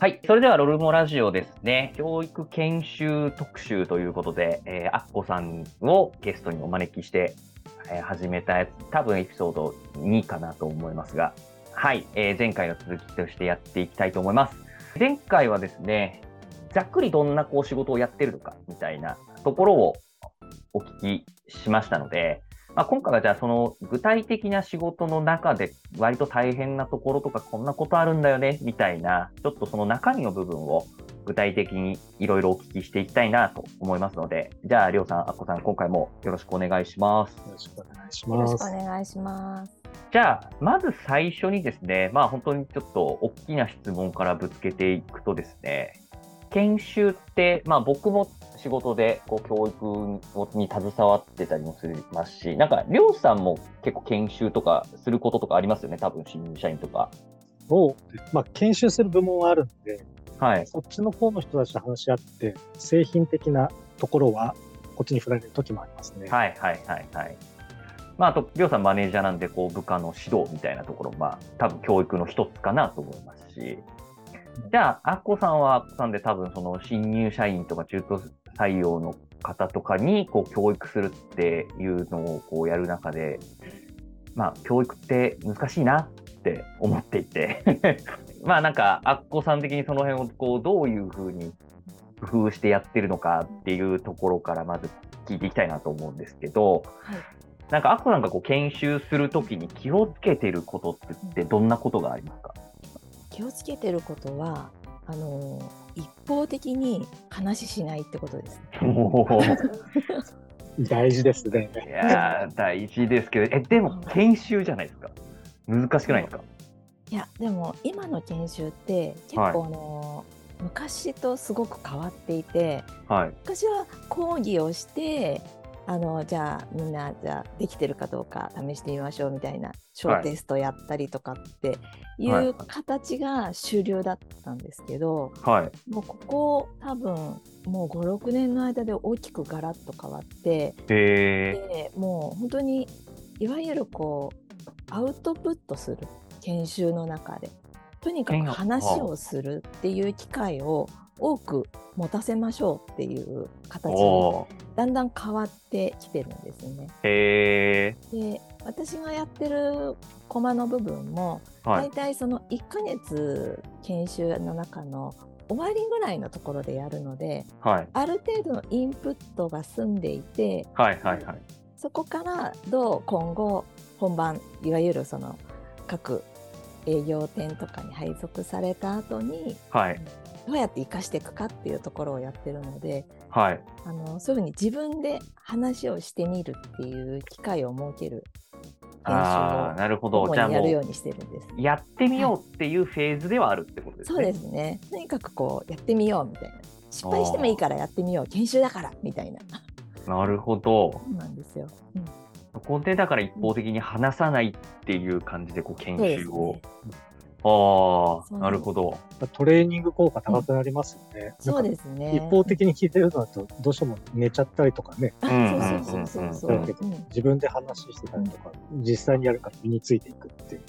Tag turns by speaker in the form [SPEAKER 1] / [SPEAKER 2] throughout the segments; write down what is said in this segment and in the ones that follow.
[SPEAKER 1] はい。それでは、ロルモラジオですね。教育研修特集ということで、えー、アッコさんをゲストにお招きして、えー始めたやつ、多分エピソード2かなと思いますが、はい。えー前回の続きとしてやっていきたいと思います。前回はですね、ざっくりどんなこう仕事をやってるとか、みたいなところをお聞きしましたので、まあ、今回はじゃあその具体的な仕事の中で割と大変なところとかこんなことあるんだよねみたいなちょっとその中身の部分を具体的にいろいろお聞きしていきたいなと思いますのでじゃありょうさんあっこさん今回もよろしくお願いします
[SPEAKER 2] よろしくお願いし
[SPEAKER 3] よろ
[SPEAKER 2] ま
[SPEAKER 3] しくお
[SPEAKER 2] す。
[SPEAKER 3] 願いします。
[SPEAKER 1] じゃあまず最初にですねまあ本当にちょっと大きな質問からぶつけていくとですね研修って、まあ、僕も仕事でこう教育に携わってたりもするますし、なんか、りょうさんも結構研修とかすることとかありますよね、多分新入社員とか。
[SPEAKER 2] そうですまあ、研修する部門はあるんで、
[SPEAKER 1] はい。
[SPEAKER 2] そっちの方の人たちと話し合って、製品的なところは、こっちに振られる時もありますね。
[SPEAKER 1] はいはいはいはい。まあ、あと、りょうさんマネージャーなんで、こう、部下の指導みたいなところ、まあ、多分教育の一つかなと思いますし。じゃあ、アッコさんは、アッコさんで多分、その、新入社員とか中途採用の方とかに、こう、教育するっていうのを、こう、やる中で、まあ、教育って難しいなって思ってい て。まあ、なんか、アッコさん的にその辺を、こう、どういうふうに工夫してやってるのかっていうところから、まず聞いていきたいなと思うんですけど、
[SPEAKER 3] はい
[SPEAKER 1] なんかアッコなんかこう研修するときに気をつけてることってどんなことがありますか
[SPEAKER 3] 気をつけてることは、あの一方的に話ししないってことです。
[SPEAKER 2] 大事ですね。
[SPEAKER 1] いやー大事ですけどえでも研修じゃないですか難しくないですか
[SPEAKER 3] いや、でも今の研修って結構、
[SPEAKER 1] はい
[SPEAKER 3] あの昔とすごく変わっていて、
[SPEAKER 1] はい
[SPEAKER 3] 昔は講義をして。あのじゃあみんなじゃあできてるかどうか試してみましょうみたいな小
[SPEAKER 1] はい
[SPEAKER 3] テストやったりとかってい
[SPEAKER 1] はいはいう
[SPEAKER 3] 形が主流だったんですけど、
[SPEAKER 1] はい
[SPEAKER 3] もうここ多分もう56年の間で大きくガラッと変わって
[SPEAKER 1] え
[SPEAKER 3] でもう本当にいわゆるこうアウトプットする研修の中でとにかく
[SPEAKER 1] 研修
[SPEAKER 3] 話をするっていう機会を多く持たせましょうっていう
[SPEAKER 1] ー、
[SPEAKER 3] 形に
[SPEAKER 1] おー
[SPEAKER 3] だんだん変わってきてるんですね。
[SPEAKER 1] え
[SPEAKER 3] で私がやってるコマの部分も、
[SPEAKER 1] ー、はい
[SPEAKER 3] 大体その1ヶ月研修の中の終わりぐらいのところでやるので
[SPEAKER 1] はい
[SPEAKER 3] ある程度のインプットが済んでいて
[SPEAKER 1] はいはいはい
[SPEAKER 3] そこからどう今後本番いわゆるその各営業店とかに配属された後に
[SPEAKER 1] はい
[SPEAKER 3] どうやって生かしていくかっていうところをやってるので
[SPEAKER 1] はい
[SPEAKER 3] あのそういうふうに自分で話をしてみるっていう機会を設ける研
[SPEAKER 1] ああ
[SPEAKER 3] 修
[SPEAKER 1] なるほ
[SPEAKER 3] を
[SPEAKER 1] ど
[SPEAKER 3] 主
[SPEAKER 1] じゃあ
[SPEAKER 3] にや
[SPEAKER 1] も
[SPEAKER 3] るよ
[SPEAKER 1] う
[SPEAKER 3] うにしてるんです。
[SPEAKER 1] やってみようっていうフェーズではあるってことですね
[SPEAKER 3] そうですね。とにかくこうやってみようみたいな。失敗してもいいからやってみよう。研修だからみたいな。
[SPEAKER 1] なるほど
[SPEAKER 3] そうなんですよ。うん、
[SPEAKER 1] そこでだから一方的に話さないっていう感じでこう研
[SPEAKER 3] そうです
[SPEAKER 1] 修
[SPEAKER 3] ね
[SPEAKER 1] を、あ
[SPEAKER 3] そ
[SPEAKER 1] あ
[SPEAKER 3] う
[SPEAKER 1] なるほど
[SPEAKER 2] トレーニング効果高くなりますよね。
[SPEAKER 3] そう
[SPEAKER 2] なんか
[SPEAKER 3] ですね。
[SPEAKER 2] 一方的に聞いてるのだと、どうしても寝ちゃったりとかね、
[SPEAKER 3] あ
[SPEAKER 1] うん
[SPEAKER 3] そうそうそうそうう。
[SPEAKER 1] ん
[SPEAKER 3] う
[SPEAKER 1] うん
[SPEAKER 3] ん
[SPEAKER 1] うん
[SPEAKER 2] 自分で話してたりとか、実際にやるから身についていくっていう、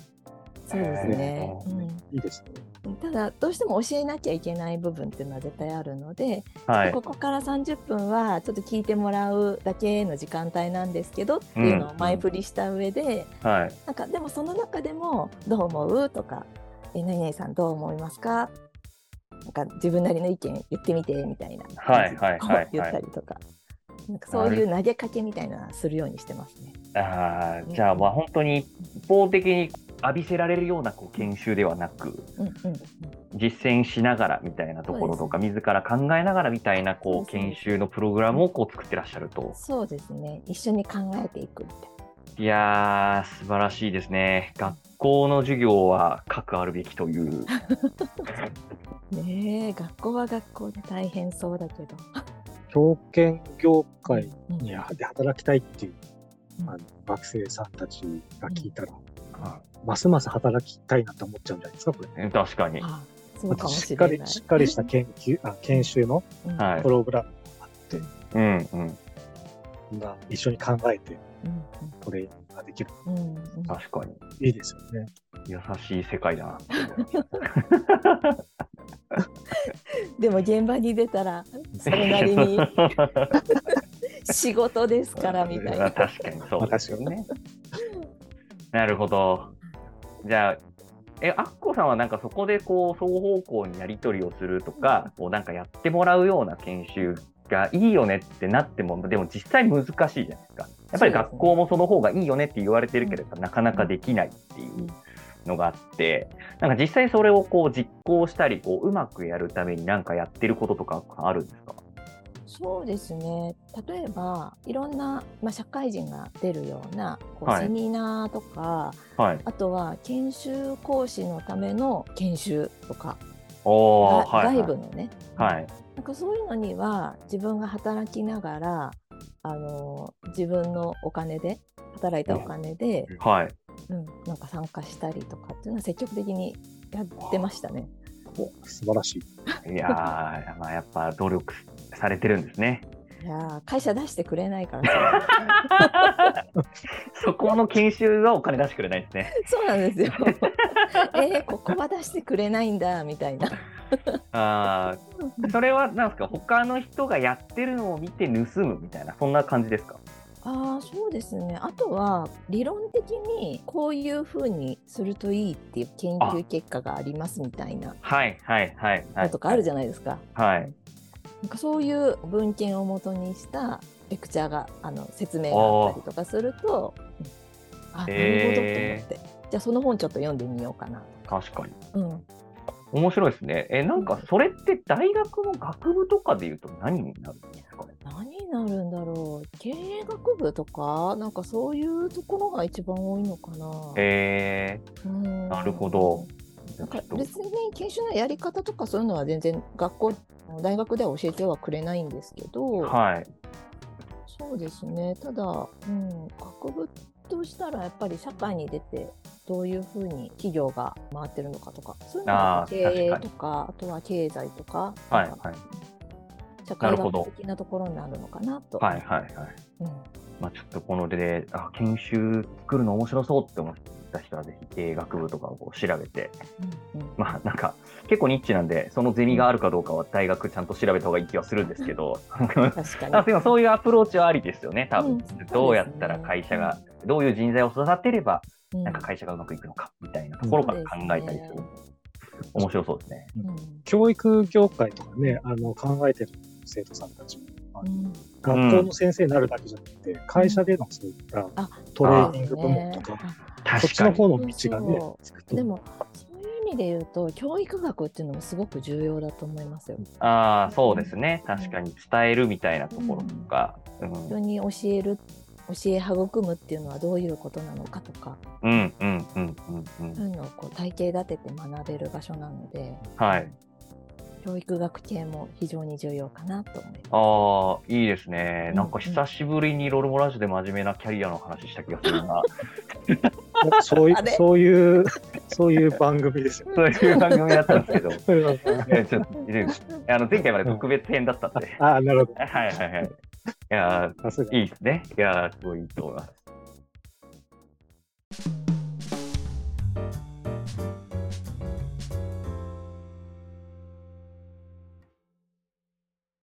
[SPEAKER 3] そうですね。
[SPEAKER 1] へ
[SPEAKER 2] いいですね。
[SPEAKER 3] うん、ただどうしても教えなきゃいけない部分っていうのは絶対あるので、
[SPEAKER 1] はい
[SPEAKER 3] ここから30分はちょっと聞いてもらうだけの時間帯なんですけどっていうのを前振りした上で、
[SPEAKER 1] はい
[SPEAKER 3] なんかでもその中でも「どう思う?」とか「え何々さんどう思いますか?」なんか自分なりの意見言ってみてみたいな
[SPEAKER 1] はいはいはいはい
[SPEAKER 3] 言ったりとかなんかそういう投げかけみたいなのするようにしてますね。
[SPEAKER 1] あーじゃあまあ本当に一方的に浴びせられるようなこう研修ではなく
[SPEAKER 3] うんうん
[SPEAKER 1] 実践しながらみたいなところとか、自ら考えながらみたいなこう
[SPEAKER 3] そうです
[SPEAKER 1] 研修のプログラムをこう作ってらっしゃると
[SPEAKER 3] そうですね一緒に考えていくみたいない
[SPEAKER 1] やー素晴らしいですね学校の授業は核あるべきという
[SPEAKER 3] ねえ学校は学校で大変そうだけど。
[SPEAKER 2] 証券業界
[SPEAKER 3] うん
[SPEAKER 2] に働きたいっていう、
[SPEAKER 3] うん
[SPEAKER 2] あの学生さんたちが聞いたら、
[SPEAKER 1] あ
[SPEAKER 2] ますます働きたいなと思っちゃうんじゃないですか、これ。
[SPEAKER 1] 確かに
[SPEAKER 3] あそうかも
[SPEAKER 2] し
[SPEAKER 3] し
[SPEAKER 2] っか
[SPEAKER 3] れ
[SPEAKER 2] り
[SPEAKER 3] ない。
[SPEAKER 2] しっかりした研究あ研修の
[SPEAKER 3] うん
[SPEAKER 1] はい
[SPEAKER 2] プログラムがあって、
[SPEAKER 1] うんうん
[SPEAKER 2] まあ一緒に考えて
[SPEAKER 3] うん
[SPEAKER 2] トレーニングができる。
[SPEAKER 3] うんうんうん
[SPEAKER 1] 確かに
[SPEAKER 2] いいですよね。
[SPEAKER 1] 優しい世界だなって思いました
[SPEAKER 3] でも現場に出たらそれな りに仕事ですからみ たい
[SPEAKER 1] まあ
[SPEAKER 3] な。
[SPEAKER 1] 確かにそうですよね。なるほど。じゃあ、え、アッコさんはなんかそこでこう双方向にやり取りをするとか、こうなんかやってもらうような研修がいいよねってなっても、でも実際難しいじゃないですか。やっぱり学校もその方がいいよねって言われてるけど、なかなかできないっていうのがあって、なんか実際それをこう実行したり、こううまくやるためになんかやってることとかあるんですか
[SPEAKER 3] そうですね例えばいろんな、まあ、社会人が出るようなこう
[SPEAKER 1] はい
[SPEAKER 3] セミナーとか、
[SPEAKER 1] はい。
[SPEAKER 3] あとは研修講師のための研修とか、
[SPEAKER 1] おー、
[SPEAKER 3] が
[SPEAKER 1] はい、はい。
[SPEAKER 3] 外部のね
[SPEAKER 1] はい。
[SPEAKER 3] なんかそういうのには自分が働きながらあの自分のお金で働いたお金で、
[SPEAKER 1] はい。
[SPEAKER 3] うん、なんか参加したりとかっていうのは積極的にやってましたね。
[SPEAKER 2] お素晴らしい。
[SPEAKER 1] いやー、まあ、やっぱ努力されてるんですね。
[SPEAKER 3] いやー会社出してくれない から
[SPEAKER 1] そこの研修はお金出してくれないです ね。
[SPEAKER 3] そうそうなんですよ。えー、ここは出してくれないんだみたいな。
[SPEAKER 1] あーそれはなんですか、他の人がやってるのを見て盗むみたいな、そんな感じですか。
[SPEAKER 3] ああそうですねあとは理論的にこういうふうにするといいっていう研究結果がありますみたいな
[SPEAKER 1] はい、はい、はい、は
[SPEAKER 3] の
[SPEAKER 1] い。
[SPEAKER 3] とかあるじ
[SPEAKER 1] ゃ
[SPEAKER 3] ゃないですか。
[SPEAKER 1] ん。はい。
[SPEAKER 3] なんかそういう文献をもとにしたレクチャーがあの説明があったりとかするとうんあなるほどと思って
[SPEAKER 1] へ、
[SPEAKER 3] じゃあその本ちょっと読んでみようかな。
[SPEAKER 1] 確かに。
[SPEAKER 3] うん、
[SPEAKER 1] 面白いですね。え、なんか、それって大学の学部とかで言うと何になるんですかね。
[SPEAKER 3] 何になるんだろう経営学部とかなんかそういうところが一番多いのかな。
[SPEAKER 1] えー、な
[SPEAKER 3] な
[SPEAKER 1] るほど。
[SPEAKER 3] なんか
[SPEAKER 1] ちょっと
[SPEAKER 3] 別に研修のやり方とかそういうのは全然学校大学では教えてはくれないんですけど、
[SPEAKER 1] はい。
[SPEAKER 3] そうですねただ、うん、学部としたらやっぱり社会に出てどういうふうに企業が回ってるのかとかそういうの
[SPEAKER 1] あ
[SPEAKER 3] は
[SPEAKER 1] ー
[SPEAKER 3] 経営
[SPEAKER 1] 確か
[SPEAKER 3] とかあとは経済とか,、
[SPEAKER 1] はい、
[SPEAKER 3] なんか
[SPEAKER 1] はい。
[SPEAKER 3] 社
[SPEAKER 1] な
[SPEAKER 3] 会
[SPEAKER 1] るほど
[SPEAKER 3] 学的なところになるのかなと。
[SPEAKER 1] はい、はい、はい。
[SPEAKER 3] うん
[SPEAKER 1] まあ、ちょっとこので、あ研修作るの面白そうって思った人は、ぜひ経営学部とかをこう調べて、
[SPEAKER 3] うんうん
[SPEAKER 1] まあなんか、結構ニッチなんで、そのゼミがあるかどうかは大学ちゃんと調べた方がいい気はするんですけど、
[SPEAKER 3] 確か
[SPEAKER 1] あ
[SPEAKER 3] に
[SPEAKER 1] でもそういうアプローチはありですよね、多分、
[SPEAKER 3] うんそうですね
[SPEAKER 1] どうやったら会社が、どういう人材を育てれば、
[SPEAKER 3] うん
[SPEAKER 1] なんか会社がうまくいくのかみたいなところから考えたりす
[SPEAKER 3] そ
[SPEAKER 1] る
[SPEAKER 3] うですね。
[SPEAKER 1] 面白そうですね。
[SPEAKER 3] うん
[SPEAKER 2] 教育業界とかね、あの、考えてる生徒さんたちも、あの
[SPEAKER 3] うん
[SPEAKER 2] 学校の先生になるだけじゃなくて、会社でのそういった
[SPEAKER 3] あ
[SPEAKER 2] トレーニング部門と
[SPEAKER 3] そうです
[SPEAKER 2] か、
[SPEAKER 3] ね
[SPEAKER 2] そっ
[SPEAKER 1] 確
[SPEAKER 2] ち
[SPEAKER 1] か
[SPEAKER 2] の
[SPEAKER 1] に。
[SPEAKER 2] 方の道がね
[SPEAKER 3] そ、
[SPEAKER 2] つくと
[SPEAKER 3] でもそういう意味で言うと教育学っていうのもすごく重要だと思いますよ。
[SPEAKER 1] ああ、そうですね。確かに伝えるみたいなところとか。うん、うん
[SPEAKER 3] 人に教える教え育むっていうのはどういうことなのかとか、
[SPEAKER 1] うん、うん、うん、うん
[SPEAKER 3] そういうのをこう体系立てて学べる場所なので
[SPEAKER 1] はい。
[SPEAKER 3] 教育学系も非常に重要かなと思います。
[SPEAKER 1] ああ、いいですね。
[SPEAKER 3] うん
[SPEAKER 1] なんか久しぶりにロルモランジュで真面目なキャリアの話した気がするな。
[SPEAKER 2] そうい
[SPEAKER 3] あ
[SPEAKER 2] う、
[SPEAKER 3] れ
[SPEAKER 2] そういう、そういう番組です よ。
[SPEAKER 1] そういう番組だったんですけど。
[SPEAKER 2] それなんか
[SPEAKER 1] いやちょっとであの前回まで特別編だったんで。
[SPEAKER 2] ああ、なるほど。
[SPEAKER 1] はいはいはい。いや
[SPEAKER 2] さすが
[SPEAKER 1] ー、いいですね。いやー、すごいいいと思います。